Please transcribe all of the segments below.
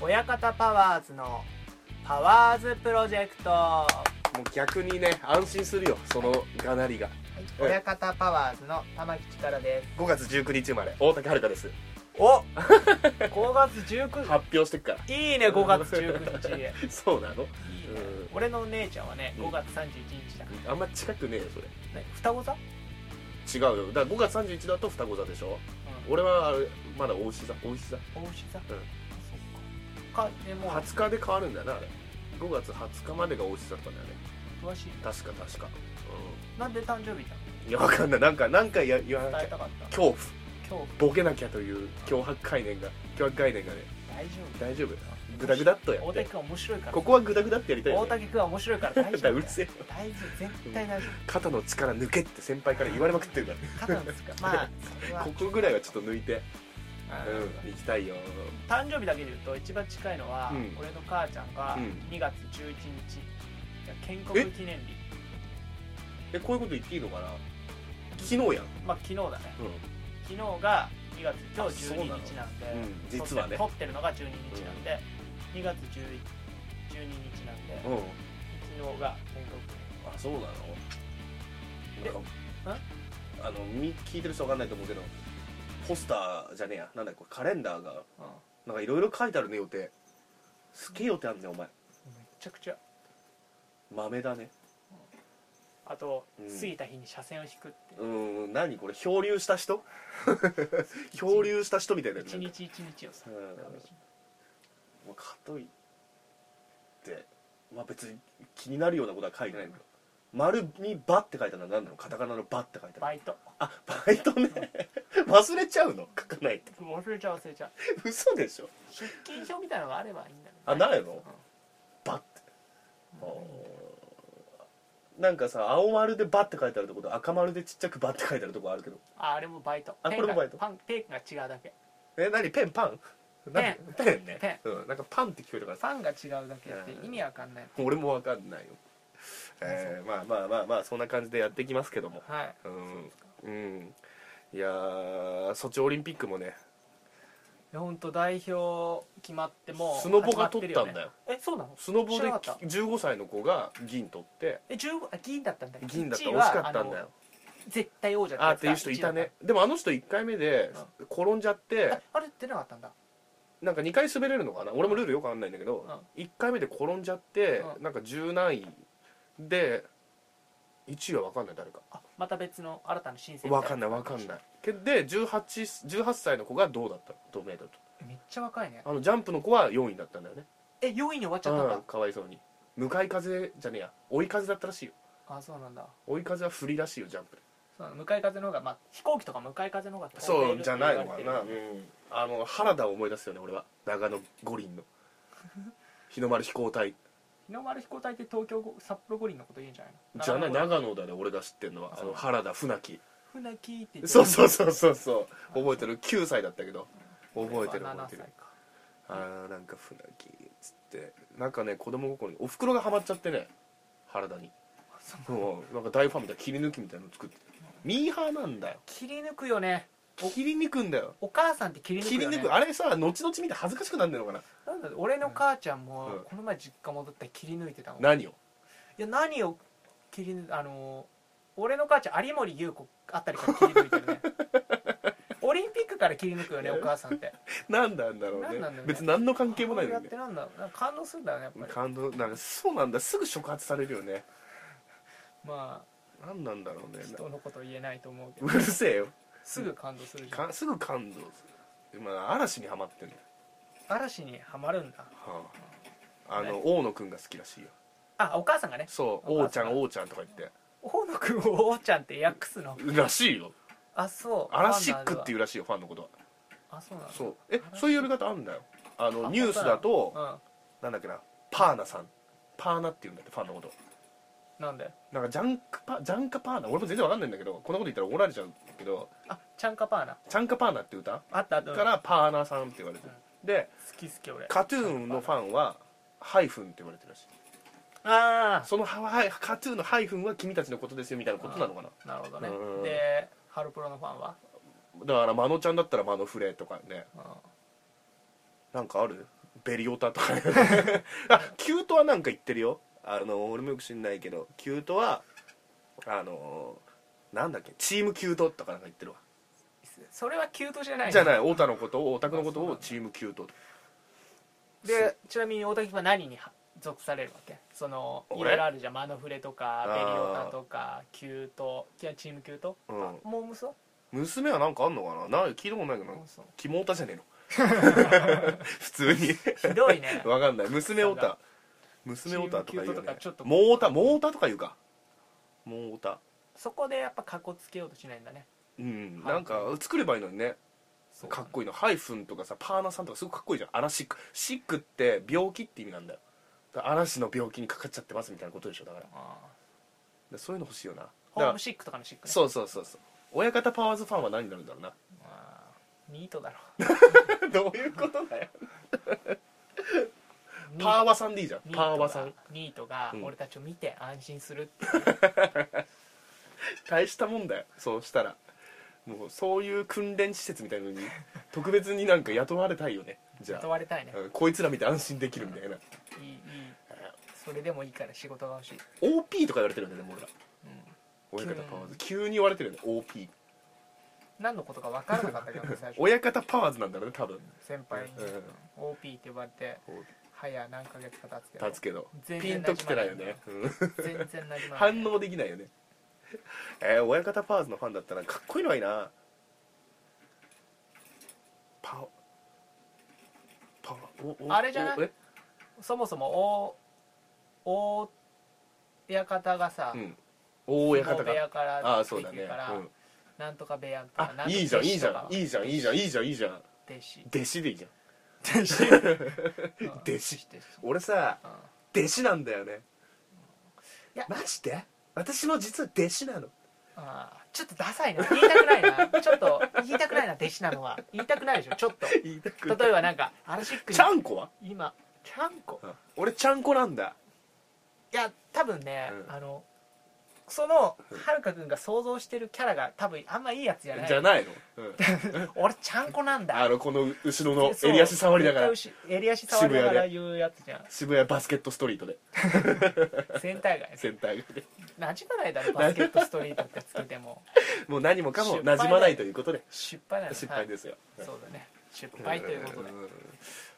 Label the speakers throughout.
Speaker 1: 親方パワーズのパワーズプロジェクト
Speaker 2: もう逆にね安心するよそのがなりがうん
Speaker 1: 親方パワーズの玉木力です
Speaker 2: 5月19日生まれ大竹遥です
Speaker 1: お5月19
Speaker 2: 発表してっか
Speaker 1: 日いいね5月19日いいね
Speaker 2: らそうなの
Speaker 1: 俺の姉ちゃんはね
Speaker 2: うん
Speaker 1: 5月31日だ、
Speaker 2: あんま近くねえよそれ
Speaker 1: ね双子座、
Speaker 2: 違うよだから5月31だと双子座でしょ
Speaker 1: う
Speaker 2: 俺はあれまだ大牛座大牛座
Speaker 1: ん、お牛座、そっかかでもう
Speaker 2: 20日で変わるんだよなあれ5月20日までが大牛座だったんだよね
Speaker 1: 詳しい
Speaker 2: 確か確か
Speaker 1: なんで誕生日じゃ
Speaker 2: うんいやわかんないなんかなんかや言わ
Speaker 1: ん
Speaker 2: な
Speaker 1: 伝
Speaker 2: き
Speaker 1: えた
Speaker 2: ゃ
Speaker 1: かった
Speaker 2: 恐怖
Speaker 1: 今日
Speaker 2: ボケなきゃという脅迫概念が脅迫概念がね
Speaker 1: 大丈夫
Speaker 2: 大丈夫グダグダっとや
Speaker 1: 大
Speaker 2: って
Speaker 1: 竹君面白いから
Speaker 2: ここはグダグダってやりたいよ、
Speaker 1: 大
Speaker 2: ね、
Speaker 1: 竹君は面白いから 大丈夫だ
Speaker 2: うるせえよ
Speaker 1: 大丈夫絶対 大丈
Speaker 2: 肩の力抜けって先輩から言われまくってるか
Speaker 1: 夫肩ですかまあそれ
Speaker 2: ら
Speaker 1: は
Speaker 2: ここぐらいはちょっと抜いて
Speaker 1: うん
Speaker 2: うん行きたいよ
Speaker 1: 誕生日だけで言うと一番近いのは、
Speaker 2: うん
Speaker 1: 俺の母ちゃんが
Speaker 2: うん
Speaker 1: 2月11日、いや建国記念日
Speaker 2: えこういうこと言っていいのかな昨日やん、うん、
Speaker 1: まあ昨日だね昨日が2月今日
Speaker 2: あそう
Speaker 1: 12
Speaker 2: なの
Speaker 1: 日なんで、
Speaker 2: うん実はね
Speaker 1: 撮ってるのが12日なんで、2月11 12日なんで、
Speaker 2: うん
Speaker 1: 昨日が建国記
Speaker 2: あそうなの
Speaker 1: え
Speaker 2: なんかあのみ聞いてる人わかんないと思うけどポスターじゃねえやなんだこれカレンダーが
Speaker 1: 念、うん
Speaker 2: なんかいろいろ書いてあるね予定すげえ予定あんねお前
Speaker 1: めちゃくちゃ
Speaker 2: 豆だね
Speaker 1: あと、
Speaker 2: うん
Speaker 1: 過ぎた日に車線を引くって
Speaker 2: うーん何これ漂流した 人漂流した人みたいだよね
Speaker 1: 一日一日をさ、
Speaker 2: うんまあかといってまあ別に気になるようなことは書いてないんだけど丸に「バ」って書いたのは何なのカタカナの「バ」って書いてある
Speaker 1: バイト
Speaker 2: あバイトね 忘れちゃうの書かないと
Speaker 1: 忘れちゃう忘れちゃう
Speaker 2: 嘘でしょ
Speaker 1: 出勤表みたいなのがあればいいんだけど
Speaker 2: あないの
Speaker 1: うん
Speaker 2: バってあーなんかさ青丸でバって書いてあるとこと赤丸でちっちゃくバって書いてあるとこあるけど
Speaker 1: ああれもバイト
Speaker 2: あこれもバイ
Speaker 1: ペ
Speaker 2: ト
Speaker 1: ンがパンペンが違うだけ
Speaker 2: え何ペンパン何ペンね
Speaker 1: ペ
Speaker 2: うん、なんかパンって聞こえるからさ
Speaker 1: パンが違うだけって意味わかんない
Speaker 2: 俺もわかんないよえー、まあまあまあまあそんな感じでやっていきますけども
Speaker 1: はい
Speaker 2: うん、うん、いやーソチオリンピックもね
Speaker 1: いや本当代表決まってもう
Speaker 2: スノボが取ったん
Speaker 1: 始ま
Speaker 2: だ
Speaker 1: てるね
Speaker 2: よ
Speaker 1: えそうなの
Speaker 2: スノボ
Speaker 1: 知
Speaker 2: で
Speaker 1: らなかった
Speaker 2: 15歳の子が銀取って
Speaker 1: え15あ銀だったんだ
Speaker 2: 銀だった
Speaker 1: 1位
Speaker 2: 惜
Speaker 1: は
Speaker 2: しかったんだよ
Speaker 1: あの絶対王者
Speaker 2: あー
Speaker 1: や
Speaker 2: っ
Speaker 1: つ
Speaker 2: て
Speaker 1: だ
Speaker 2: いう人いたねでもあの人1回目で転んじゃっ
Speaker 1: 1位だ
Speaker 2: て
Speaker 1: ったああれ出なかったんだ
Speaker 2: なんか2回滑れるのかな俺もルールよくわかんないんだけど、1回目で転んじゃって、
Speaker 1: う
Speaker 2: なんか10何位で1位は分かんない誰か
Speaker 1: あまた別の新たな新鮮
Speaker 2: 分かんない分かんないけで 18, 18歳の子がどうだった同メダル
Speaker 1: いめっちゃ若いね
Speaker 2: とあのジャンプの子は4位だったんだよね
Speaker 1: え4位に終わっちゃったん
Speaker 2: う
Speaker 1: だ
Speaker 2: んかわいそうに向かい風じゃねえや追い風だったらしいよ
Speaker 1: あそうなんだ
Speaker 2: 追い風は振りらしいよジャンプで
Speaker 1: そうなの向かい風の方がまあ飛行機とか向かい風の方が
Speaker 2: そうじゃないの
Speaker 1: 飛
Speaker 2: か
Speaker 1: んでる
Speaker 2: な、
Speaker 1: って言われてる
Speaker 2: あの原田を思い出すよね俺は長野五輪の日の丸飛行隊
Speaker 1: 日の丸飛行隊って東京ご札幌五輪のこと言うんじゃないの
Speaker 2: じゃない
Speaker 1: 長野
Speaker 2: 長野だね俺が知ってるのは
Speaker 1: あ
Speaker 2: あの原田船木
Speaker 1: 船木って言って
Speaker 2: そうそうそうそうそう覚えてる9歳だったけど覚えてる
Speaker 1: 7
Speaker 2: 覚えて
Speaker 1: 歳
Speaker 2: る
Speaker 1: か
Speaker 2: ああなんか船木っつってなんかね子供心にお袋がハマっちゃってね原田にもうなんか大ファンみたいな切り抜きみたいなの作ってミーハーなんだよ
Speaker 1: 切り抜くよね
Speaker 2: 切り抜くんだよ
Speaker 1: お母さんって切り抜
Speaker 2: 切
Speaker 1: く
Speaker 2: り
Speaker 1: よね
Speaker 2: 抜くあれさ後々見て恥ずかしくなんねえのかな
Speaker 1: なんだろう俺の母ちゃん
Speaker 2: う
Speaker 1: も
Speaker 2: ん
Speaker 1: この前実家戻ったら切り抜いてたもんい
Speaker 2: 何を
Speaker 1: や何を切り抜あのー俺の母ちゃん有森裕子あたりから切り抜いてる ねオリンピックから切り抜くよねお母さんって
Speaker 2: 何なんだろうね
Speaker 1: 何なんだろうね
Speaker 2: 別に何の関係もない
Speaker 1: こうや
Speaker 2: の
Speaker 1: っ
Speaker 2: ね
Speaker 1: てなんだろうなんか感動するんだよねやっぱり
Speaker 2: 感動なんかそうなんだすぐ触発されるよね
Speaker 1: ま
Speaker 2: 何なんだろう
Speaker 1: あ
Speaker 2: ね
Speaker 1: 人のこと言えないと思うけ
Speaker 2: う
Speaker 1: ど
Speaker 2: るせえよ
Speaker 1: すぐ感動するじゃん
Speaker 2: かすぐ感動するまあ嵐にはまってんだよ、
Speaker 1: 嵐にはまるんだ
Speaker 2: はあ、あの、大野くんが好きらしいよ
Speaker 1: あお母さんがね
Speaker 2: そう
Speaker 1: お
Speaker 2: 王
Speaker 1: 母
Speaker 2: ち
Speaker 1: さ
Speaker 2: ゃ
Speaker 1: ん
Speaker 2: ん王ちゃんとか言っ
Speaker 1: 大野くんを王ちゃんって訳すの
Speaker 2: てらしいよ
Speaker 1: あそう
Speaker 2: アラシックっていううらしいよファンのことは
Speaker 1: あそうなの
Speaker 2: そうえそういうやり方あんだよあの
Speaker 1: あ
Speaker 2: ニュースだと
Speaker 1: うん
Speaker 2: なんだっけなパーナさんパーナって言うんだってファンのこと
Speaker 1: なんで
Speaker 2: なんかジャンクパジャンカパーナ俺も全然わかんないんだけどこんなこと言ったら怒られちゃうけど
Speaker 1: あチャンカパーナ
Speaker 2: チャンカパーナって歌
Speaker 1: あったあった
Speaker 2: か
Speaker 1: 好
Speaker 2: らパーナさんって言われてるで
Speaker 1: き好き俺
Speaker 2: カトゥーンのファンはハイフンって言われてるらしい
Speaker 1: あ
Speaker 2: そのハワイカトゥーンのハイフンは君たちのことですよみたいなことなのかな
Speaker 1: あなるほどね
Speaker 2: うん
Speaker 1: でハロプロのファンは
Speaker 2: だからマノちゃんだったらマノフレとかね
Speaker 1: うん
Speaker 2: なんかあるベリオタとか ねあキュートはなんか言ってるよあの俺もよく知んないけどキュートはあのなんだっけチームキュートとかなんか言ってるわ
Speaker 1: それはキュートじゃない
Speaker 2: じゃ
Speaker 1: い
Speaker 2: ない太田のことをオタクのことをチームキュートと
Speaker 1: でちなみに大竹は何には属されるわけそのい
Speaker 2: 俺
Speaker 1: ろいろあるじゃんマノフレとか
Speaker 2: あー
Speaker 1: ベリオタとかキュートいやチームキュート、
Speaker 2: うん
Speaker 1: あモームスは
Speaker 2: 娘はなんかあんのかなな聞いたことないけどな
Speaker 1: モームスは
Speaker 2: キモオタじゃねえ の普通に
Speaker 1: ひどい ね
Speaker 2: わかんない娘オタ娘オタとか言う
Speaker 1: チームキュートと
Speaker 2: よね
Speaker 1: かちょっと
Speaker 2: モーオタモーオタとか言うかモーオタ
Speaker 1: そこでやっぱかこつけようとしないんだね
Speaker 2: うん
Speaker 1: はい
Speaker 2: なんか作ればいいのにね
Speaker 1: そう
Speaker 2: かっこいいのハイフンとかさパーナさんとかすごくかっこいいじゃんアナシックシックって病気って意味なんだよだから嵐の病気にかかっちゃってますみたいなことでしょだからだか
Speaker 1: あ
Speaker 2: らそういうの欲しいよなだ
Speaker 1: ーホ
Speaker 2: か
Speaker 1: ー
Speaker 2: ら
Speaker 1: ムシックとかのシックね
Speaker 2: そうそうそうそう親方パワーズファンは何になるんだ ろうな
Speaker 1: あーニートだろ
Speaker 2: どういうことだよ
Speaker 1: ニ
Speaker 2: パーワさんでいいじゃん
Speaker 1: ニート
Speaker 2: パ
Speaker 1: が
Speaker 2: ーワさん
Speaker 1: ニートが
Speaker 2: うん
Speaker 1: 俺たちを見て安心するって、
Speaker 2: 大したもんだよそうしたらもうそういう訓練施設みた いのに特別になんか雇われたいよねじゃ
Speaker 1: 問われたいね
Speaker 2: あ、うんこいつら見て安心できるみたいない
Speaker 1: いいいそれでもいいから仕事が欲しい
Speaker 2: OP とか言われてるんだよねもう俺ら
Speaker 1: 急に
Speaker 2: 親方パワーズ急に言われてるよね OP
Speaker 1: 何のことか分からなかったけどね最初
Speaker 2: 親方パワーズなんだろうね多分
Speaker 1: 先輩に
Speaker 2: うん
Speaker 1: OP って呼ばれて早何ヶ月か経つけど
Speaker 2: 立つけど
Speaker 1: 全
Speaker 2: ピ
Speaker 1: 然
Speaker 2: ンときてないよねうん
Speaker 1: 全然馴染まない
Speaker 2: 反応できないよね えー親方パワーズのファンだったらかっこいいのがいいなパワパワおお
Speaker 1: あれじゃない
Speaker 2: おえ
Speaker 1: そもそも大大親方がさ、
Speaker 2: うん大親方
Speaker 1: 相撲部
Speaker 2: が
Speaker 1: 屋から
Speaker 2: ああ
Speaker 1: 出
Speaker 2: そう
Speaker 1: て
Speaker 2: だ
Speaker 1: き
Speaker 2: ね
Speaker 1: てから、
Speaker 2: うん
Speaker 1: なんとか部屋とか
Speaker 2: あいいじゃんいいじゃんい
Speaker 1: い
Speaker 2: いじゃんいいじゃんいいじゃんいいじゃん
Speaker 1: 弟子
Speaker 2: 弟子でいいじゃん
Speaker 1: 弟子
Speaker 2: 弟子 俺さ
Speaker 1: うん
Speaker 2: 弟子なんだよね
Speaker 1: いや
Speaker 2: マジで私も実は弟子なの
Speaker 1: あーちょっとダサいな言いたくないなちょっと言いたくないな弟子なのは言いたくないでしょちょっと
Speaker 2: 言いたくない
Speaker 1: 例えばなんかアラシックに
Speaker 2: ちゃんこは
Speaker 1: 今ちゃんこ
Speaker 2: 俺ちゃんこなんだ
Speaker 1: いや多分ね、
Speaker 2: うん
Speaker 1: あのそのはるか君が想像してるキャラが多分あんまいいやつじゃない
Speaker 2: じゃないの、うん
Speaker 1: 俺ちゃんこなんだ
Speaker 2: あのこの後ろの襟足触りながら
Speaker 1: そう絶対襟足触りながら言うやつじゃん
Speaker 2: 渋谷バスケットストリートで
Speaker 1: センター街
Speaker 2: センター街で
Speaker 1: なじまないだろバスケットストリートってつけて も
Speaker 2: もう何もかも
Speaker 1: 失敗だ
Speaker 2: 馴染まないということで
Speaker 1: 失敗なの、
Speaker 2: 失敗ですすよ、
Speaker 1: はいそうだね失敗ということで
Speaker 2: んい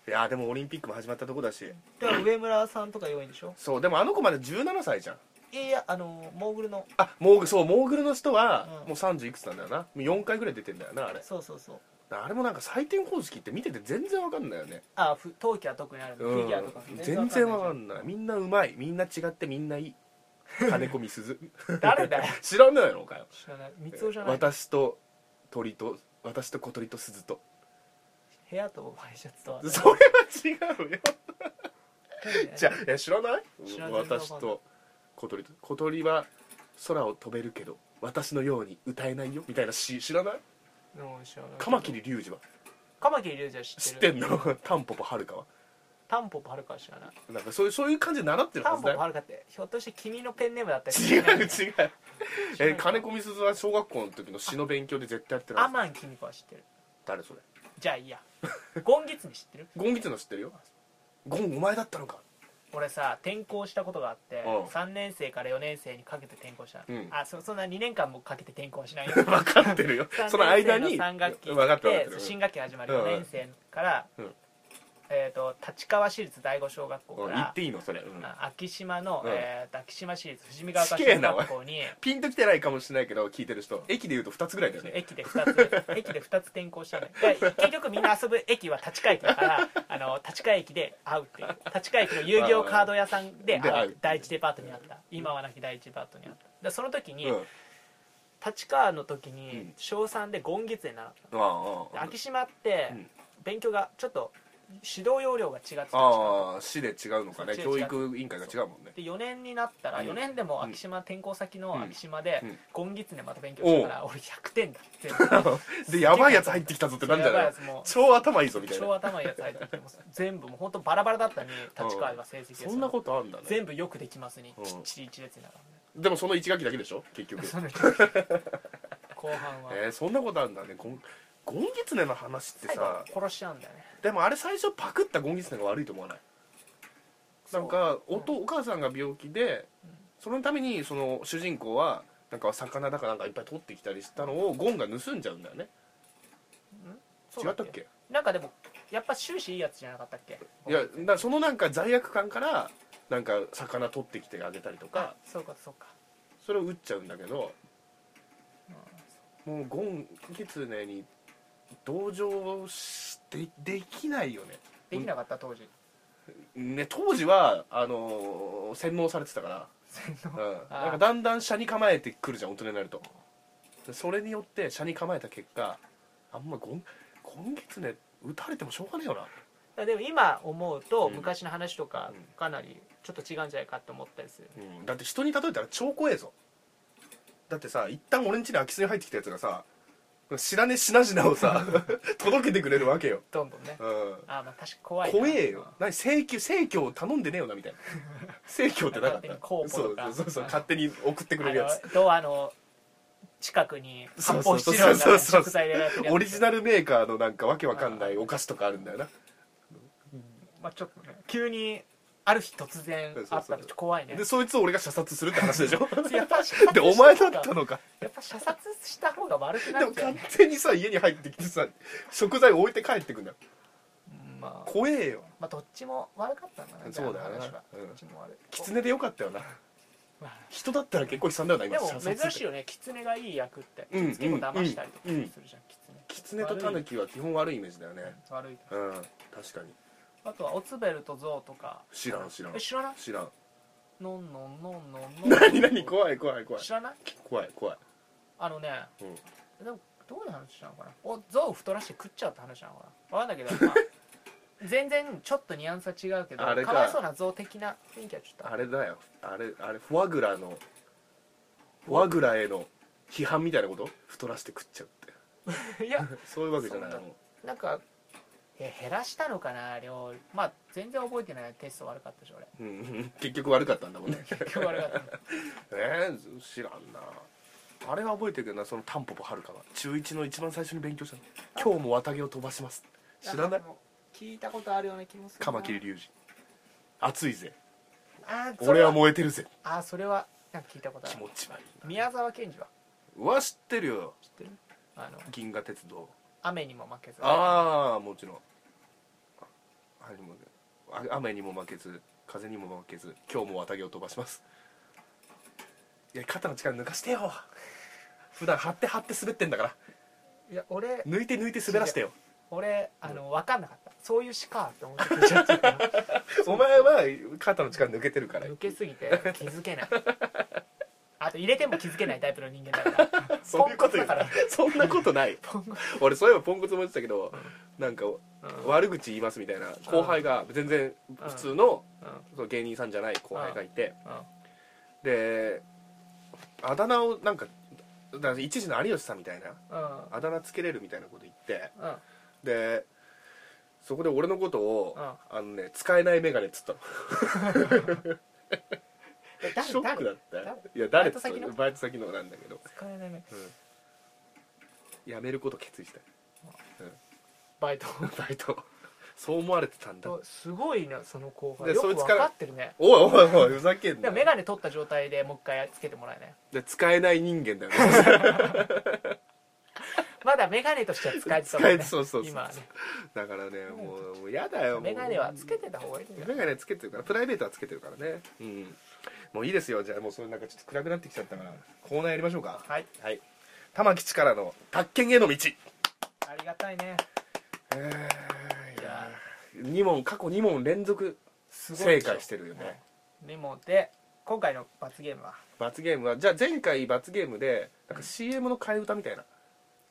Speaker 2: やでもオリンピックも始まったとこだし
Speaker 1: だから上村さんとか弱いんでしょ
Speaker 2: そうでもあの子まだ17歳じゃん
Speaker 1: いやいやあのモーグルの
Speaker 2: あモーグそうモーグルの人は
Speaker 1: うん
Speaker 2: もう30いくつなんだよなもう4回ぐらい出てんだよなあれ
Speaker 1: そうそうそう
Speaker 2: あれもなんか採点方式って見てて全然わかんないよね
Speaker 1: あふ冬季は特にあるの、
Speaker 2: う
Speaker 1: フ
Speaker 2: ん
Speaker 1: ィギュアとか
Speaker 2: 全然わか
Speaker 1: ない
Speaker 2: んないみんなうまいみんな違ってみんないい金子みすず
Speaker 1: 誰だよ
Speaker 2: 知らないのかよ
Speaker 1: 知らない三つ男じゃない
Speaker 2: 私と鳥と私と小鳥と鈴と
Speaker 1: 部屋とワイシャツとは
Speaker 2: それは違うよじゃ
Speaker 1: あ
Speaker 2: あえ知らない
Speaker 1: 知らない
Speaker 2: 私と小鳥と小鳥は空を飛べるけど私のように歌えないよみたいな詩知らない
Speaker 1: 知らない
Speaker 2: カマキリリュウジは
Speaker 1: カマキリ龍じゃ知って
Speaker 2: 知
Speaker 1: る
Speaker 2: ってんのタンポポはるかは
Speaker 1: タンポポはるかは知らない
Speaker 2: なんかそういうそういう感じで習ってる
Speaker 1: タ
Speaker 2: は
Speaker 1: ン
Speaker 2: ず
Speaker 1: ポ
Speaker 2: だ
Speaker 1: ポは
Speaker 2: よ
Speaker 1: るかってひょっとして君のペンネームだったり
Speaker 2: 違う違う
Speaker 1: ら
Speaker 2: え
Speaker 1: ない
Speaker 2: 金子みすずは小学校の時の詩の勉強で絶対やってない
Speaker 1: アマン君子は知ってる
Speaker 2: 誰それ
Speaker 1: じゃあいい やゴンギツネ知ってる
Speaker 2: ゴンギツの知ってるよゴンお前だったのか
Speaker 1: 俺さ転校したことがあって
Speaker 2: うん
Speaker 1: 3年生から4年生にかけて転校したの、
Speaker 2: うん
Speaker 1: あそそんな2年間もかけて転校はしないよ
Speaker 2: 分かってるよその間に
Speaker 1: 3学期
Speaker 2: 分かってる分か
Speaker 1: で
Speaker 2: ってる
Speaker 1: 新学期始まる4年生から、
Speaker 2: うん
Speaker 1: えー、と立川市立第五小学校
Speaker 2: うん
Speaker 1: か
Speaker 2: 言っ
Speaker 1: ら
Speaker 2: ていいのそれ、うん
Speaker 1: あ昭島の、
Speaker 2: うん
Speaker 1: えーと昭島市立富士見川
Speaker 2: 死
Speaker 1: 小
Speaker 2: 刑な
Speaker 1: 学校に
Speaker 2: ピンときてないかもしれないけど聞いてる人駅で言うと2つぐらいだよね
Speaker 1: 駅で2つ 駅で2つ転校したのよで結局みんな遊ぶ駅は立川駅だからあの立川駅で会うっていう立川駅の遊戯王カード屋さんで
Speaker 2: で会
Speaker 1: 会
Speaker 2: う
Speaker 1: う第一デパートにあった今はなき第一デパートにあったでその時に、
Speaker 2: うん
Speaker 1: 立川の時
Speaker 2: う
Speaker 1: に
Speaker 2: ん
Speaker 1: 小3でゴンギツネ習っ
Speaker 2: ああ
Speaker 1: た
Speaker 2: あ
Speaker 1: ので昭島って
Speaker 2: うん
Speaker 1: 勉強がちょっと指導要領が違ってたんです
Speaker 2: あ
Speaker 1: よ
Speaker 2: ああ市で違うのかね
Speaker 1: そう
Speaker 2: 教
Speaker 1: 違う
Speaker 2: 育委員会が違うもんね
Speaker 1: で4年になったら
Speaker 2: うん
Speaker 1: 4年でも昭島転校先の昭島で
Speaker 2: うん
Speaker 1: ゴンギツネまた勉強したから俺100点だって
Speaker 2: でやばいやつ入ってきたぞってなんじゃ
Speaker 1: やばい
Speaker 2: ない
Speaker 1: やつもう
Speaker 2: 超頭いいぞみたい
Speaker 1: 超
Speaker 2: な
Speaker 1: 頭いいやつ入ってきてます全部もう本当バラバラだったのに立川が成績です
Speaker 2: そんなことあんだね
Speaker 1: 全部よくできますに
Speaker 2: うん
Speaker 1: きっちり一列に並んで
Speaker 2: でもその1学期だけでしょ結局
Speaker 1: その後半は
Speaker 2: えーそんなことあんだねゴンゴンギツネの話って
Speaker 1: 最後
Speaker 2: さ
Speaker 1: 殺しちゃうんだよね
Speaker 2: でもあれ最初パクったゴンギツネが悪いと思わないなんかおとお母さんが病気でそのためにその主人公はなんか魚だかなんかいっぱい取ってきたりしたのをゴンが盗んじゃうんだよね
Speaker 1: そう
Speaker 2: 違
Speaker 1: だ
Speaker 2: ったっけ
Speaker 1: なんかでもやっぱ終始いいやつじゃなかったっけ
Speaker 2: いやだからそのなんか罪悪感からなんか魚取ってきてあげたりと
Speaker 1: あ
Speaker 2: か
Speaker 1: そうかそうか
Speaker 2: それを打っちゃうんだけどもうゴンキツネに同情してできないよね
Speaker 1: できなかった当時
Speaker 2: ね当時はあのー洗脳されてたから、
Speaker 1: 洗
Speaker 2: うん、
Speaker 1: 脳
Speaker 2: なんかだんだん車に構えてくるじゃん大人になるとでそれによって車に構えた結果あんまゴンゴンギツネ撃たれてもしょうがねえよな
Speaker 1: でも今思うと
Speaker 2: うん
Speaker 1: 昔の話とか
Speaker 2: うん
Speaker 1: かなりちょっと違うんじゃないかって思ったりする
Speaker 2: うんだって人に例えたら超怖えぞだってさ一旦俺ん家に空き巣に入ってきたやつがさ知らねえ品々を さ届けてくれるわけよ、
Speaker 1: どんどんね
Speaker 2: うん、
Speaker 1: あーまあ確かに怖いな
Speaker 2: 怖えよ何請求請求頼んでねえよなみたいな請求ってなか
Speaker 1: 勝
Speaker 2: っ
Speaker 1: 手
Speaker 2: た
Speaker 1: に公募
Speaker 2: そ
Speaker 1: と
Speaker 2: う
Speaker 1: か
Speaker 2: そうそうそう勝手に送ってくれるやつ
Speaker 1: あのドアの近くに
Speaker 2: そ
Speaker 1: 発
Speaker 2: うそ
Speaker 1: 泡
Speaker 2: う
Speaker 1: ス
Speaker 2: そ
Speaker 1: チロール
Speaker 2: うそう
Speaker 1: の
Speaker 2: そう
Speaker 1: 食材でやってるやつ
Speaker 2: オリジナルメーカーのなんかわけわかんないお菓子とかあるんだよな
Speaker 1: まあちょっとね急にある日突然
Speaker 2: そうそう
Speaker 1: あったらちょっと怖いね
Speaker 2: でそいつを俺が射殺するって話で しょ
Speaker 1: やっぱ射殺した方
Speaker 2: で
Speaker 1: が
Speaker 2: お前だった のか
Speaker 1: やっぱ射殺した方が悪く
Speaker 2: で
Speaker 1: な
Speaker 2: も
Speaker 1: っちゃう
Speaker 2: 勝
Speaker 1: ね
Speaker 2: 手にさ家に入ってきてさ食材置いて帰ってくんだよ
Speaker 1: うんまあ
Speaker 2: 怖えよ
Speaker 1: まあどっちも悪かったんだな
Speaker 2: そうだよな
Speaker 1: じゃああの話は
Speaker 2: うん
Speaker 1: どっちも悪い
Speaker 2: 狐でよかったよな
Speaker 1: まあ
Speaker 2: 人だったら結構悲惨だよな
Speaker 1: で
Speaker 2: 今
Speaker 1: も
Speaker 2: 射殺
Speaker 1: 珍しい
Speaker 2: い
Speaker 1: よね狐がいい役って
Speaker 2: うん
Speaker 1: 狐も騙したりとかす
Speaker 2: うんうん
Speaker 1: るじゃん狐
Speaker 2: 狐とタヌキは基本悪いイメージだよね
Speaker 1: 悪い
Speaker 2: うん確かに
Speaker 1: あとはオツベルとゾウとか
Speaker 2: 知らん知らん
Speaker 1: え知らない
Speaker 2: 知らん
Speaker 1: のんのんのんのんのん
Speaker 2: 何何怖い怖い怖い
Speaker 1: 知らない
Speaker 2: 怖い怖い
Speaker 1: あのね
Speaker 2: うん
Speaker 1: でもどういう話なのかなおゾウ太らして食っちゃうって話なのかなわかんないけ ど、まあ、全然ちょっとニュアンスは違うけど
Speaker 2: あれか
Speaker 1: わいそうなゾウ的な雰囲気はちょっと
Speaker 2: あれだよあれあれフォアグラのフォアグラへの批判みたいなこと太らせて食っちゃうっ
Speaker 1: いや
Speaker 2: てそういうわけじゃない
Speaker 1: そ
Speaker 2: の
Speaker 1: んなんかえ減らしたのかな量まあ全然覚えてないテスト悪かったし俺
Speaker 2: うんうん結局悪かったんだ もんね
Speaker 1: 結局悪かった
Speaker 2: えー、知らんなあれは覚えてるけどなそのタンポポはるかが中1の一番最初に勉強したの今日も綿毛を飛ばします知らない
Speaker 1: んか聞いたことあるような気もするな
Speaker 2: カマキリ龍二熱いぜ
Speaker 1: あーそれ
Speaker 2: 俺は燃えてるぜ
Speaker 1: あーそれはなんか聞いたことあ
Speaker 2: 気
Speaker 1: る
Speaker 2: 持ち悪い
Speaker 1: 宮沢賢治は
Speaker 2: うわ知ってるよ
Speaker 1: 知ってるあの
Speaker 2: 銀河鉄道
Speaker 1: 雨にも負けず
Speaker 2: ああもちろんあ雨にもあ雨にも負けず風にも負けず今日も綿毛を飛ばしますいや肩の力抜かしてよ普段張って張って滑ってんだから
Speaker 1: いや俺
Speaker 2: 抜いて抜いて滑らしてよ
Speaker 1: 俺あの分かんなかったそういう詩かって思って聞いちゃったから
Speaker 2: お前は肩の力抜けてるから
Speaker 1: 抜けすぎて気づけないあと入れても気づけないタイプの人間だから
Speaker 2: そういうこと
Speaker 1: ポンコツ
Speaker 2: 言
Speaker 1: だ
Speaker 2: う
Speaker 1: から
Speaker 2: そんなことない
Speaker 1: ポンコツ
Speaker 2: 俺そういえばポンコツ思ってたけどなんか
Speaker 1: うん
Speaker 2: 悪口言いますみたいな後輩が全然普通の
Speaker 1: うんうん
Speaker 2: その芸人さんじゃない後輩がいてであだ名をなんかだから一時の有吉さんみたいな
Speaker 1: うん
Speaker 2: あだ名つけれるみたいなこと言って
Speaker 1: うん
Speaker 2: でそこで俺のことを、
Speaker 1: うん
Speaker 2: あのね使えないメガネっつったの
Speaker 1: え誰
Speaker 2: ショックだった
Speaker 1: 誰
Speaker 2: よいや誰っつっ
Speaker 1: バ
Speaker 2: た
Speaker 1: イト先の
Speaker 2: バイト先のなんだけど、
Speaker 1: 使えないね
Speaker 2: やめること 決意した
Speaker 1: バイト
Speaker 2: バイトそう思われてたんだ
Speaker 1: すごいなその後輩
Speaker 2: で
Speaker 1: よく
Speaker 2: そい
Speaker 1: 分
Speaker 2: つから
Speaker 1: かってるね
Speaker 2: おいおいおいふざけん
Speaker 1: で
Speaker 2: な
Speaker 1: も眼鏡取った状態でもう一回つけてもらえない
Speaker 2: で使えない人 間だよね
Speaker 1: まだ眼鏡としては使えてたもん
Speaker 2: 使え
Speaker 1: ね
Speaker 2: そうそうそう
Speaker 1: 今はね
Speaker 2: だからねもうもうやだよもう
Speaker 1: 眼鏡はつけてた方がいいんだよ
Speaker 2: 眼鏡つけてるからプライベートはつけてるからねうんもういいですよじゃあもうそれなんかちょっと暗くなってきちゃったからコーナーやりましょうか
Speaker 1: はい
Speaker 2: はい玉城力の宅建への道
Speaker 1: ありがたいね
Speaker 2: えーいや2問過去2問連続
Speaker 1: すごい
Speaker 2: 正
Speaker 1: でょ
Speaker 2: 解してるよね
Speaker 1: メモで今回の罰ゲームは
Speaker 2: 罰ゲームはじゃあ前回罰ゲームでなんか CM の替え歌みたいな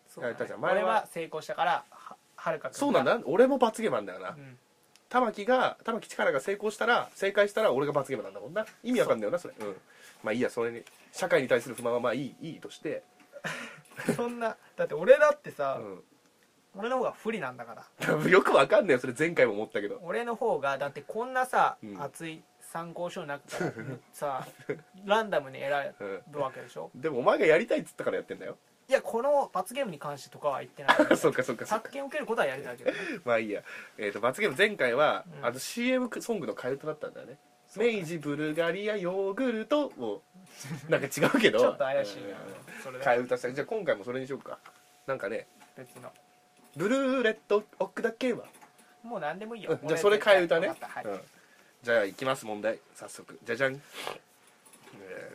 Speaker 1: そうだね
Speaker 2: やったじゃん前は
Speaker 1: 俺は成功したからははるか君が
Speaker 2: そうなんだ俺も罰ゲームなんだよな
Speaker 1: うん
Speaker 2: 玉木が玉木力が成功したら正解したら俺が罰ゲームなんだもんな意味わかんないよなそれうんまあいいやそれに社会に対する不満はまあいいいいとして
Speaker 1: そんなだって俺だってさ
Speaker 2: う
Speaker 1: 俺の方が不利なんだから
Speaker 2: ん よくわかんないよそれ前回も思ったけど
Speaker 1: 俺の方がだってこんなさ
Speaker 2: うん
Speaker 1: 熱い参考書の中から さランダムに選ぶわけでしょ
Speaker 2: でもお前がやりたいっつったからやってんだよ
Speaker 1: いやこの罰ゲームに関してとかは言ってない
Speaker 2: そうかそうかそうか
Speaker 1: 発見を受けることはやりたいけどね
Speaker 2: まあいいや、えー、と罰ゲーム前回は、
Speaker 1: うん
Speaker 2: あの CM ソングの替え歌だったんだよね明治ブルガリアヨーグルト をなんか違うけど
Speaker 1: ちょっと怪しいな
Speaker 2: うん
Speaker 1: それ
Speaker 2: 替え
Speaker 1: で
Speaker 2: 歌したじゃあ今回もそれにしようかなんかね
Speaker 1: 別の
Speaker 2: 「ブルーレットオックだけは
Speaker 1: もう何でもいい」よ
Speaker 2: うんじゃあそれ替え歌ね
Speaker 1: わかったはい
Speaker 2: うんじゃあいきます問題早速じゃじゃん、え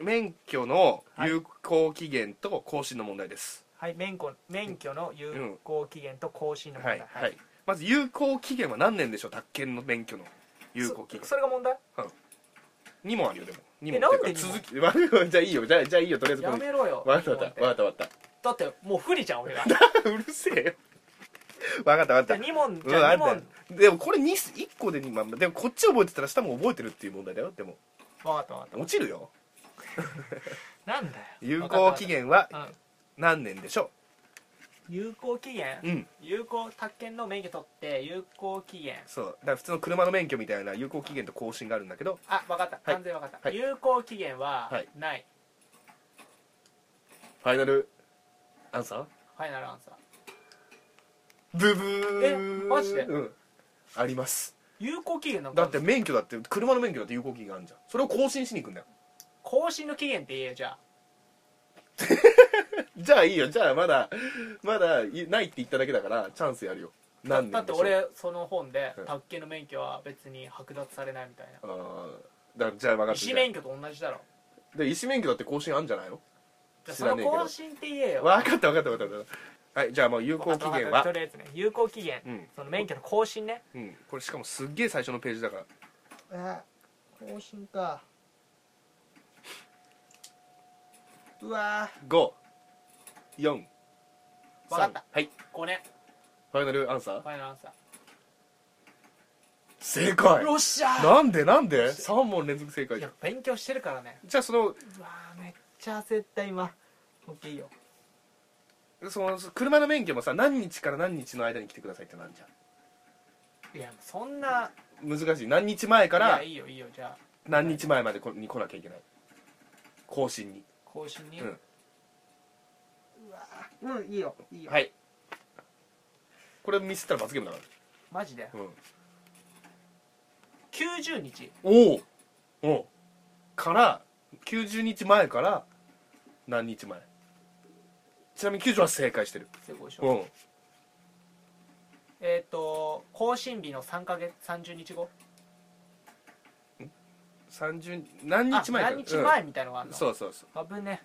Speaker 2: ー免許の有効期限と更新の問題です、
Speaker 1: はい免許免許の有効期限と更新の問
Speaker 2: はい
Speaker 1: 題
Speaker 2: はいまず有効期限は何年でしょう宅建の免許の有効期限
Speaker 1: そそれが問題
Speaker 2: にもあるよでもにも
Speaker 1: えなんでに
Speaker 2: て
Speaker 1: も
Speaker 2: か続き 悪いじゃあいいよじゃあじゃあいいよとりあえずこ
Speaker 1: や
Speaker 2: れ
Speaker 1: めろよ
Speaker 2: わかったわかったわかったわかっ
Speaker 1: だってもう不利じゃん俺ら
Speaker 2: た うるせえよわかったわかった
Speaker 1: 2問
Speaker 2: うん
Speaker 1: じゃあ2
Speaker 2: あん
Speaker 1: 問
Speaker 2: たでもこれに1個で2万でもこっち覚えてたら下も覚えてるっていう問題だよでも
Speaker 1: 分かった分かっ
Speaker 2: 落ちるよ
Speaker 1: たなんだよ
Speaker 2: 有効期限
Speaker 1: 分
Speaker 2: は
Speaker 1: かった分かっ
Speaker 2: 何年でしょ
Speaker 1: たうん有効期限
Speaker 2: ううん
Speaker 1: 有効宅建の免許取って有効期限
Speaker 2: そうだから普通の車の免許みたいな有効期限と更新があるんだけど
Speaker 1: あ分かった完全に分かった
Speaker 2: はい
Speaker 1: 有効期限は
Speaker 2: はい
Speaker 1: ない
Speaker 2: ファイナルアンサー
Speaker 1: ファイナルアンサー
Speaker 2: ブブー
Speaker 1: えマジで
Speaker 2: うんあります
Speaker 1: 有効期限なんか
Speaker 2: だって免許だって車の免許だって有効期限があるじゃんそれを更新しに行くんだよ
Speaker 1: 更新の期限って言えよじゃあ
Speaker 2: じゃあいいよじゃあまだまだいないって言っただけだからチャンスやるよ
Speaker 1: だ
Speaker 2: 何
Speaker 1: だ
Speaker 2: 年
Speaker 1: っ
Speaker 2: で
Speaker 1: て
Speaker 2: しょ
Speaker 1: 俺その本で
Speaker 2: うん
Speaker 1: 宅建の免許は別に剥奪されないみたい
Speaker 2: あーだからじゃあ分か
Speaker 1: な
Speaker 2: った
Speaker 1: 医師免許と同じだろ
Speaker 2: で医師免許だって更新あるんじゃないの
Speaker 1: じゃあ
Speaker 2: 知
Speaker 1: そ
Speaker 2: ら
Speaker 1: の
Speaker 2: ねえけど
Speaker 1: 更新って言えよ
Speaker 2: 分かった分かった分かった分かったはいじゃあもう有効期
Speaker 1: わ
Speaker 2: 限
Speaker 1: かったわかった
Speaker 2: は
Speaker 1: とりあえずね有効期限
Speaker 2: うん、
Speaker 1: その免許の更新ね
Speaker 2: うん、これしかもすっげえ最初のページだから
Speaker 1: 更新かうわ
Speaker 2: 543
Speaker 1: わかった
Speaker 2: はい
Speaker 1: 5年
Speaker 2: ファイナルアンサー
Speaker 1: ファイナルアンサ
Speaker 2: 正
Speaker 1: ー
Speaker 2: 解
Speaker 1: よっしゃー
Speaker 2: なんでなんで3問連続正解
Speaker 1: い
Speaker 2: じゃ
Speaker 1: や
Speaker 2: ん
Speaker 1: 勉強してるからね
Speaker 2: じゃあその
Speaker 1: うわーめっちゃ焦った今オッケーいいよ
Speaker 2: その車の免許もさ何日から何日の間に来てくださいってなんじゃん
Speaker 1: いやそんな
Speaker 2: 難しい何日前か
Speaker 1: い
Speaker 2: ら
Speaker 1: やいいよいいよじゃあ
Speaker 2: 何日前までこに来なきゃいけない更新に
Speaker 1: 更新に、
Speaker 2: う
Speaker 1: うんわーうんいいよいいよ、
Speaker 2: はいこれミスったら罰ゲームだか
Speaker 1: マジで
Speaker 2: ら、うん、
Speaker 1: 90日
Speaker 2: おうおうから90日前から何日前ちなみに90は正解してる
Speaker 1: 成功でしょ、
Speaker 2: うん
Speaker 1: えっ、と更新日の3か月30日後
Speaker 2: 30何日前
Speaker 1: あ
Speaker 2: か
Speaker 1: 何日前みたいのがあ
Speaker 2: う
Speaker 1: る
Speaker 2: ん
Speaker 1: の、
Speaker 2: そうそうそう
Speaker 1: 危ね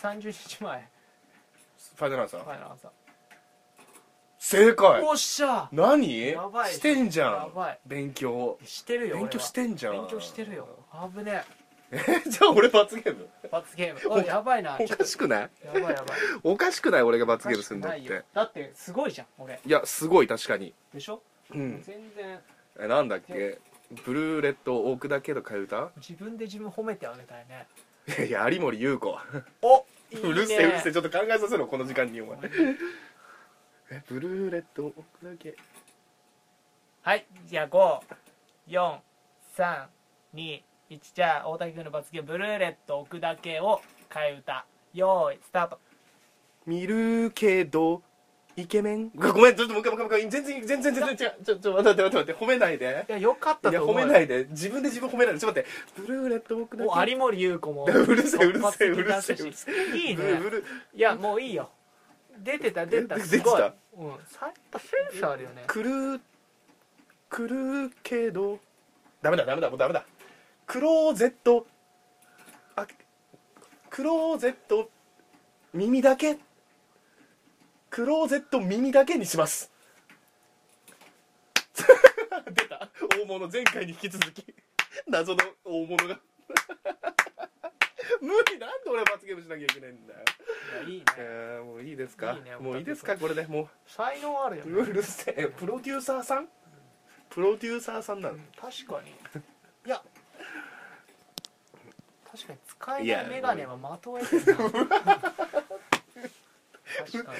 Speaker 1: 30日前
Speaker 2: ファイナルアンサー、
Speaker 1: ファイナルアンサー
Speaker 2: 正解
Speaker 1: おっしゃ
Speaker 2: 何
Speaker 1: やばい
Speaker 2: してんじゃ
Speaker 1: や
Speaker 2: ん
Speaker 1: ばい
Speaker 2: 勉強
Speaker 1: してるよ
Speaker 2: 勉強してんじゃん
Speaker 1: 俺は勉強してるよ危ね
Speaker 2: えじゃあ俺罰ゲーム
Speaker 1: 罰ゲームおいやばいな
Speaker 2: おかしくない
Speaker 1: やばいやばい
Speaker 2: おかしくない俺が 罰ゲームする
Speaker 1: お
Speaker 2: のっ
Speaker 1: か
Speaker 2: て
Speaker 1: し
Speaker 2: い
Speaker 1: くないよだってすごいじゃん俺
Speaker 2: やすごい確かに
Speaker 1: でしょ、
Speaker 2: うん
Speaker 1: 全然
Speaker 2: えなんだっけブルーレット多くだけど替え歌
Speaker 1: 自分で自分褒めてあげたいね
Speaker 2: いや有森裕子
Speaker 1: おいい、ね、
Speaker 2: うるせえうるせえちょっと考えさせろこの時間にお前えブルーレット置くだけ
Speaker 1: はいじゃあ54321じゃあ大竹君の罰ゲームブルーレット置くだけを替え歌よーいスタート
Speaker 2: 見るけどイケメンごめんちょっともう一回もう一回もう一回全然全然全然違うちょちょ待って待って待って褒めないで
Speaker 1: いやよかっ
Speaker 2: い
Speaker 1: た
Speaker 2: や
Speaker 1: と思
Speaker 2: 褒
Speaker 1: うよ
Speaker 2: めないで自分で自分褒めないでちょっと待ってブルーレット置くだけ
Speaker 1: もう有森裕子も
Speaker 2: うるせえうるせえ
Speaker 1: 突
Speaker 2: うる
Speaker 1: 発
Speaker 2: せえ
Speaker 1: 的
Speaker 2: うる
Speaker 1: だ
Speaker 2: せ
Speaker 1: しい
Speaker 2: え
Speaker 1: い
Speaker 2: ブル
Speaker 1: ね
Speaker 2: ブル
Speaker 1: いやもういいよ出てた出てた
Speaker 2: え出て
Speaker 1: す
Speaker 2: た
Speaker 1: ごいうんさやっぱセンスあるよね
Speaker 2: くるくるけどダメだダメだもうダメだクローゼットあクローゼット耳だけクローゼット耳だけにします 出た大物前回に引き続き謎の大物が 無理なんで俺は罰ゲームしなきゃいけないんだよ、
Speaker 1: いやいいね
Speaker 2: えーもういいですか
Speaker 1: いいね
Speaker 2: もういいですかこれでもう
Speaker 1: 才能あるよね
Speaker 2: うるせえプロデューサーさんプロデューサーさんなの
Speaker 1: 確かにいや確かに使えない眼鏡はまとえてるな確か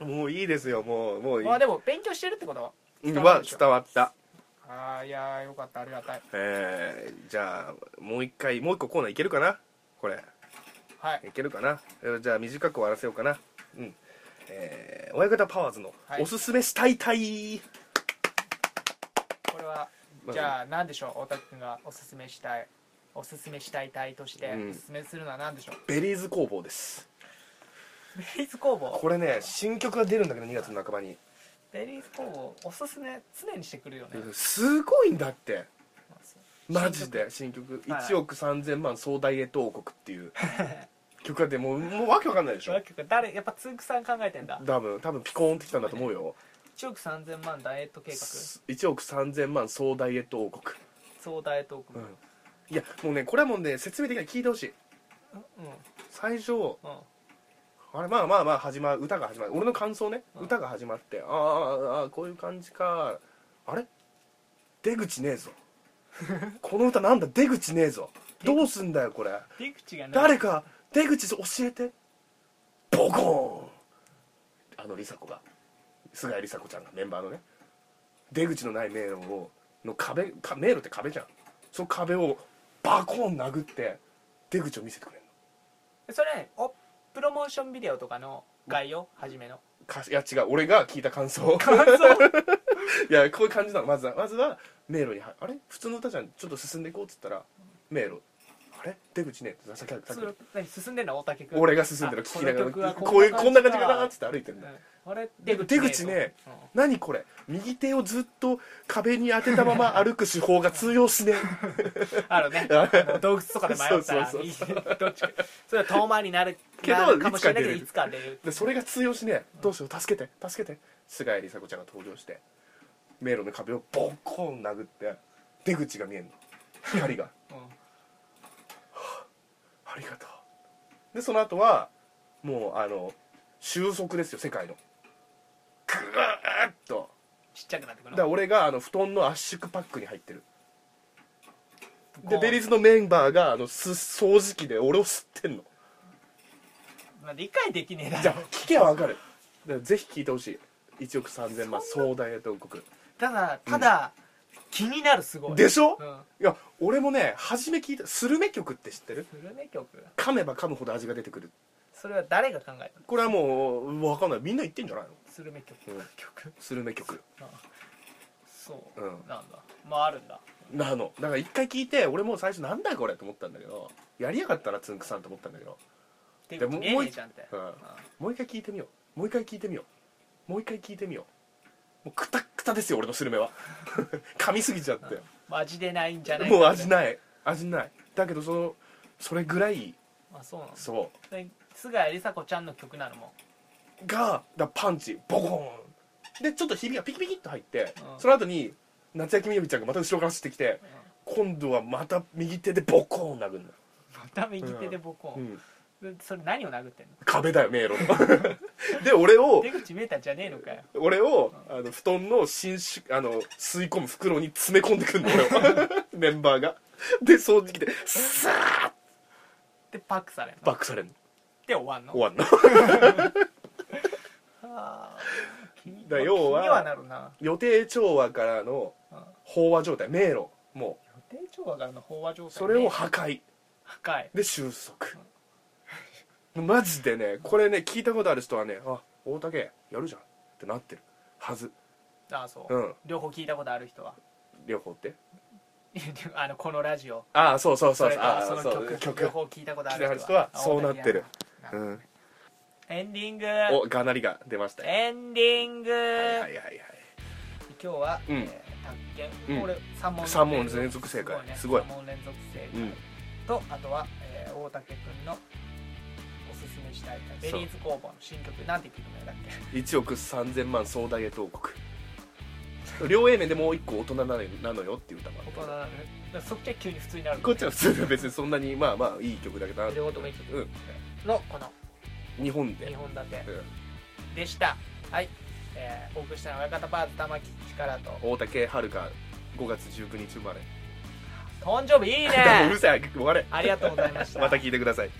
Speaker 2: もういいですよもうもうい
Speaker 1: に
Speaker 2: い
Speaker 1: まあでも勉強してるってことは
Speaker 2: うん
Speaker 1: わ
Speaker 2: は
Speaker 1: るでしょ
Speaker 2: 伝わった
Speaker 1: ああいやーよかったありがたい
Speaker 2: えー、じゃあもう一回もう一個コーナーいけるかなこれ
Speaker 1: はい
Speaker 2: いけるかなえーじゃあ短く終わらせようかなうんえー、親方パワーズの
Speaker 1: はい
Speaker 2: おすすめしたいたい、
Speaker 1: これは
Speaker 2: まあ
Speaker 1: じゃあ何でしょう太田君がおすすめしたいおすすめしたい体として
Speaker 2: うん
Speaker 1: おすすめするのは何でしょう、
Speaker 2: ベリーズ工房です
Speaker 1: ベリーズ工房
Speaker 2: これね新曲が出るんだけど2月の半ばに
Speaker 1: ベリーズ工房おすすめ常にしてくるよね、
Speaker 2: すごいんだってマジで新曲
Speaker 1: はい
Speaker 2: 1億3000万総ダイエット王国って いう曲がでもうもうわけわかんないでしょ
Speaker 1: わけが誰やっぱつんくさん考えてんだ
Speaker 2: 多分多分ピコーンってきたんだと思うよ
Speaker 1: 1億3000万ダイエット計画
Speaker 2: 1億3000万総ダイエット王国、
Speaker 1: 総ダイエット
Speaker 2: う
Speaker 1: 国
Speaker 2: ん、いやもうねこれはもうね説明できない聞いてほしい
Speaker 1: うんうん
Speaker 2: 最初
Speaker 1: うん
Speaker 2: あれまあまあまあ始まる歌が始まる俺の感想ね、
Speaker 1: うん
Speaker 2: 歌が始まってああああこういう感じかあれ出口ね えぞこの歌なんだ出口ねえぞどうすんだよこれ
Speaker 1: 出口がない
Speaker 2: 誰か出口教えてボコーンあの梨紗子が菅谷梨紗子ちゃんがメンバーのね出口のない迷路をの壁か迷路って壁じゃんその壁をバコーン殴って出口を見せてくれるの
Speaker 1: それおプロモーションビデオとかの概要初 めの
Speaker 2: かいや違う俺が聞いた感想 いやこういう感じなのまずはまずは迷路に入あれ普通の歌じゃんちょっと進んでいこうっつったら迷路あれ出口ねえってさっきさっ
Speaker 1: そ
Speaker 2: き
Speaker 1: れ何進んでんの大竹君
Speaker 2: 俺が進んでるの聞きな
Speaker 1: あこの曲
Speaker 2: がら
Speaker 1: は
Speaker 2: こういうこんな感じか
Speaker 1: だ
Speaker 2: なっつって歩いてるんだ
Speaker 1: うんあれ
Speaker 2: で出口ね
Speaker 1: えぞうん
Speaker 2: 何これ右手をずっと壁に当てたまま歩く手法が通用しね
Speaker 1: ある ねあの洞窟とかで迷ったら
Speaker 2: そうそうそう
Speaker 1: どっちか それは遠回りになる
Speaker 2: けど
Speaker 1: なるかもしれないけど
Speaker 2: い
Speaker 1: い
Speaker 2: つ
Speaker 1: つか出る
Speaker 2: えでそれが通用しねえどうしよう助けて助けて菅谷梨紗子ちゃんが登場して迷路の壁をボッコン殴って出口が見えんの光が
Speaker 1: う
Speaker 2: ありがとうでその後はもうあの収束ですよ世界のグーッと
Speaker 1: んちっちゃくなってく
Speaker 2: だ
Speaker 1: る
Speaker 2: から
Speaker 1: の
Speaker 2: 俺があの布団の圧縮パックに入ってるで
Speaker 1: こう
Speaker 2: ベリーズのメンバーがあのす掃除機で俺を吸ってんの
Speaker 1: まあ理解できねえだ
Speaker 2: じゃ
Speaker 1: ろ
Speaker 2: あ聞けばわかるだからぜひ聞いてほしい1億3000万壮大な王国
Speaker 1: ただただ気になるすごい
Speaker 2: でしょ、
Speaker 1: うん
Speaker 2: いや俺もね初め聞いたスルメ曲って知ってる
Speaker 1: スルメ曲
Speaker 2: 噛めば噛むほど味が出てくる
Speaker 1: それは誰が考えたの
Speaker 2: これはもうわかんないみんな言ってんじゃないの
Speaker 1: スルメ曲
Speaker 2: うん
Speaker 1: 曲
Speaker 2: スルメ曲
Speaker 1: あそう
Speaker 2: うん
Speaker 1: なんだまああるんだ
Speaker 2: なのだから一回聞いて俺もう最初なんだこれと思ったんだけどやりやがったなつんくさんと思ったんだけど
Speaker 1: で
Speaker 2: でも
Speaker 1: も見えねえじゃんって
Speaker 2: うんもう一回聞いてみようもう一回聞いてみようもう一回聞いてみようもうクタクタですよ俺のスルメは噛みすぎちゃって、
Speaker 1: マジでないんじゃない
Speaker 2: もう味
Speaker 1: な
Speaker 2: ない味ないだけどそのそれぐらい
Speaker 1: あそうなんだ
Speaker 2: そ
Speaker 1: で菅谷梨紗子ちゃんの曲なのも
Speaker 2: うがだパンチボコーンでちょっとひびがピキピキっと入って、
Speaker 1: うん
Speaker 2: その後に夏焼きみやびちゃんがまた後ろから走ってきて、今度はまた右手でボコーン殴るんだ、
Speaker 1: また右手でボコンでそれ何を殴ってんの
Speaker 2: 壁だよ迷路の で俺を
Speaker 1: 出口見えたんじゃねえのかよ
Speaker 2: 俺をあの布団の新種あの吸い込む袋に詰め込んでくんの俺 をメンバーがで掃除機でさーッ
Speaker 1: でパックされんの
Speaker 2: バックされんの
Speaker 1: で終わんの
Speaker 2: 終わんの
Speaker 1: あー気に
Speaker 2: だ要は
Speaker 1: 気にはなるな
Speaker 2: 予定調和からの
Speaker 1: うん
Speaker 2: 飽和状態迷路もう
Speaker 1: 予定調和からの飽和状態ね
Speaker 2: それを破壊
Speaker 1: 破壊
Speaker 2: で収束マジでねこれね聞いたことある人はねあ大竹やるじゃんってなってるはず
Speaker 1: ああそううん両方聞いたことある人は
Speaker 2: 両方って
Speaker 1: あのこのラジオ
Speaker 2: ああそうそう
Speaker 1: そ
Speaker 2: そ
Speaker 1: うれ
Speaker 2: う
Speaker 1: から
Speaker 2: あ
Speaker 1: その
Speaker 2: あそう
Speaker 1: 曲両方聞いたことある人は
Speaker 2: 聞いたことある人は
Speaker 1: あ
Speaker 2: そうなってる
Speaker 1: 大
Speaker 2: う
Speaker 1: 竹や
Speaker 2: ん
Speaker 1: なエンディング
Speaker 2: おがなりが出ましたよ
Speaker 1: エンディング
Speaker 2: はいはいはいはい
Speaker 1: 今日は、
Speaker 2: うん
Speaker 1: えー探検、
Speaker 2: うん
Speaker 1: これ3問
Speaker 2: 三問連続正解すごい
Speaker 1: 3問連続正
Speaker 2: う
Speaker 1: 解、
Speaker 2: ん
Speaker 1: とあとは、えー大竹くんのおすすめしたいベリーズ工房の新曲なんて曲名だっけ
Speaker 2: 1億3000万総ダイエット王国両 A 面でもう一個大人なのよなのよっていう歌もある
Speaker 1: 大人なのでそっちは急に普通になる
Speaker 2: こっちは普通に別にそんなにまあまあいい曲だけどな
Speaker 1: 両方ともいい曲
Speaker 2: うん
Speaker 1: のこの
Speaker 2: 日本で
Speaker 1: 2本立て
Speaker 2: うん
Speaker 1: でしたはい、えー、お送りしたのは親方パーズ玉木力と
Speaker 2: 大竹遥香5月19日生まれ
Speaker 1: 誕生日いい
Speaker 2: う
Speaker 1: ね
Speaker 2: るさい終われ
Speaker 1: ありがとうございました
Speaker 2: また聞いてください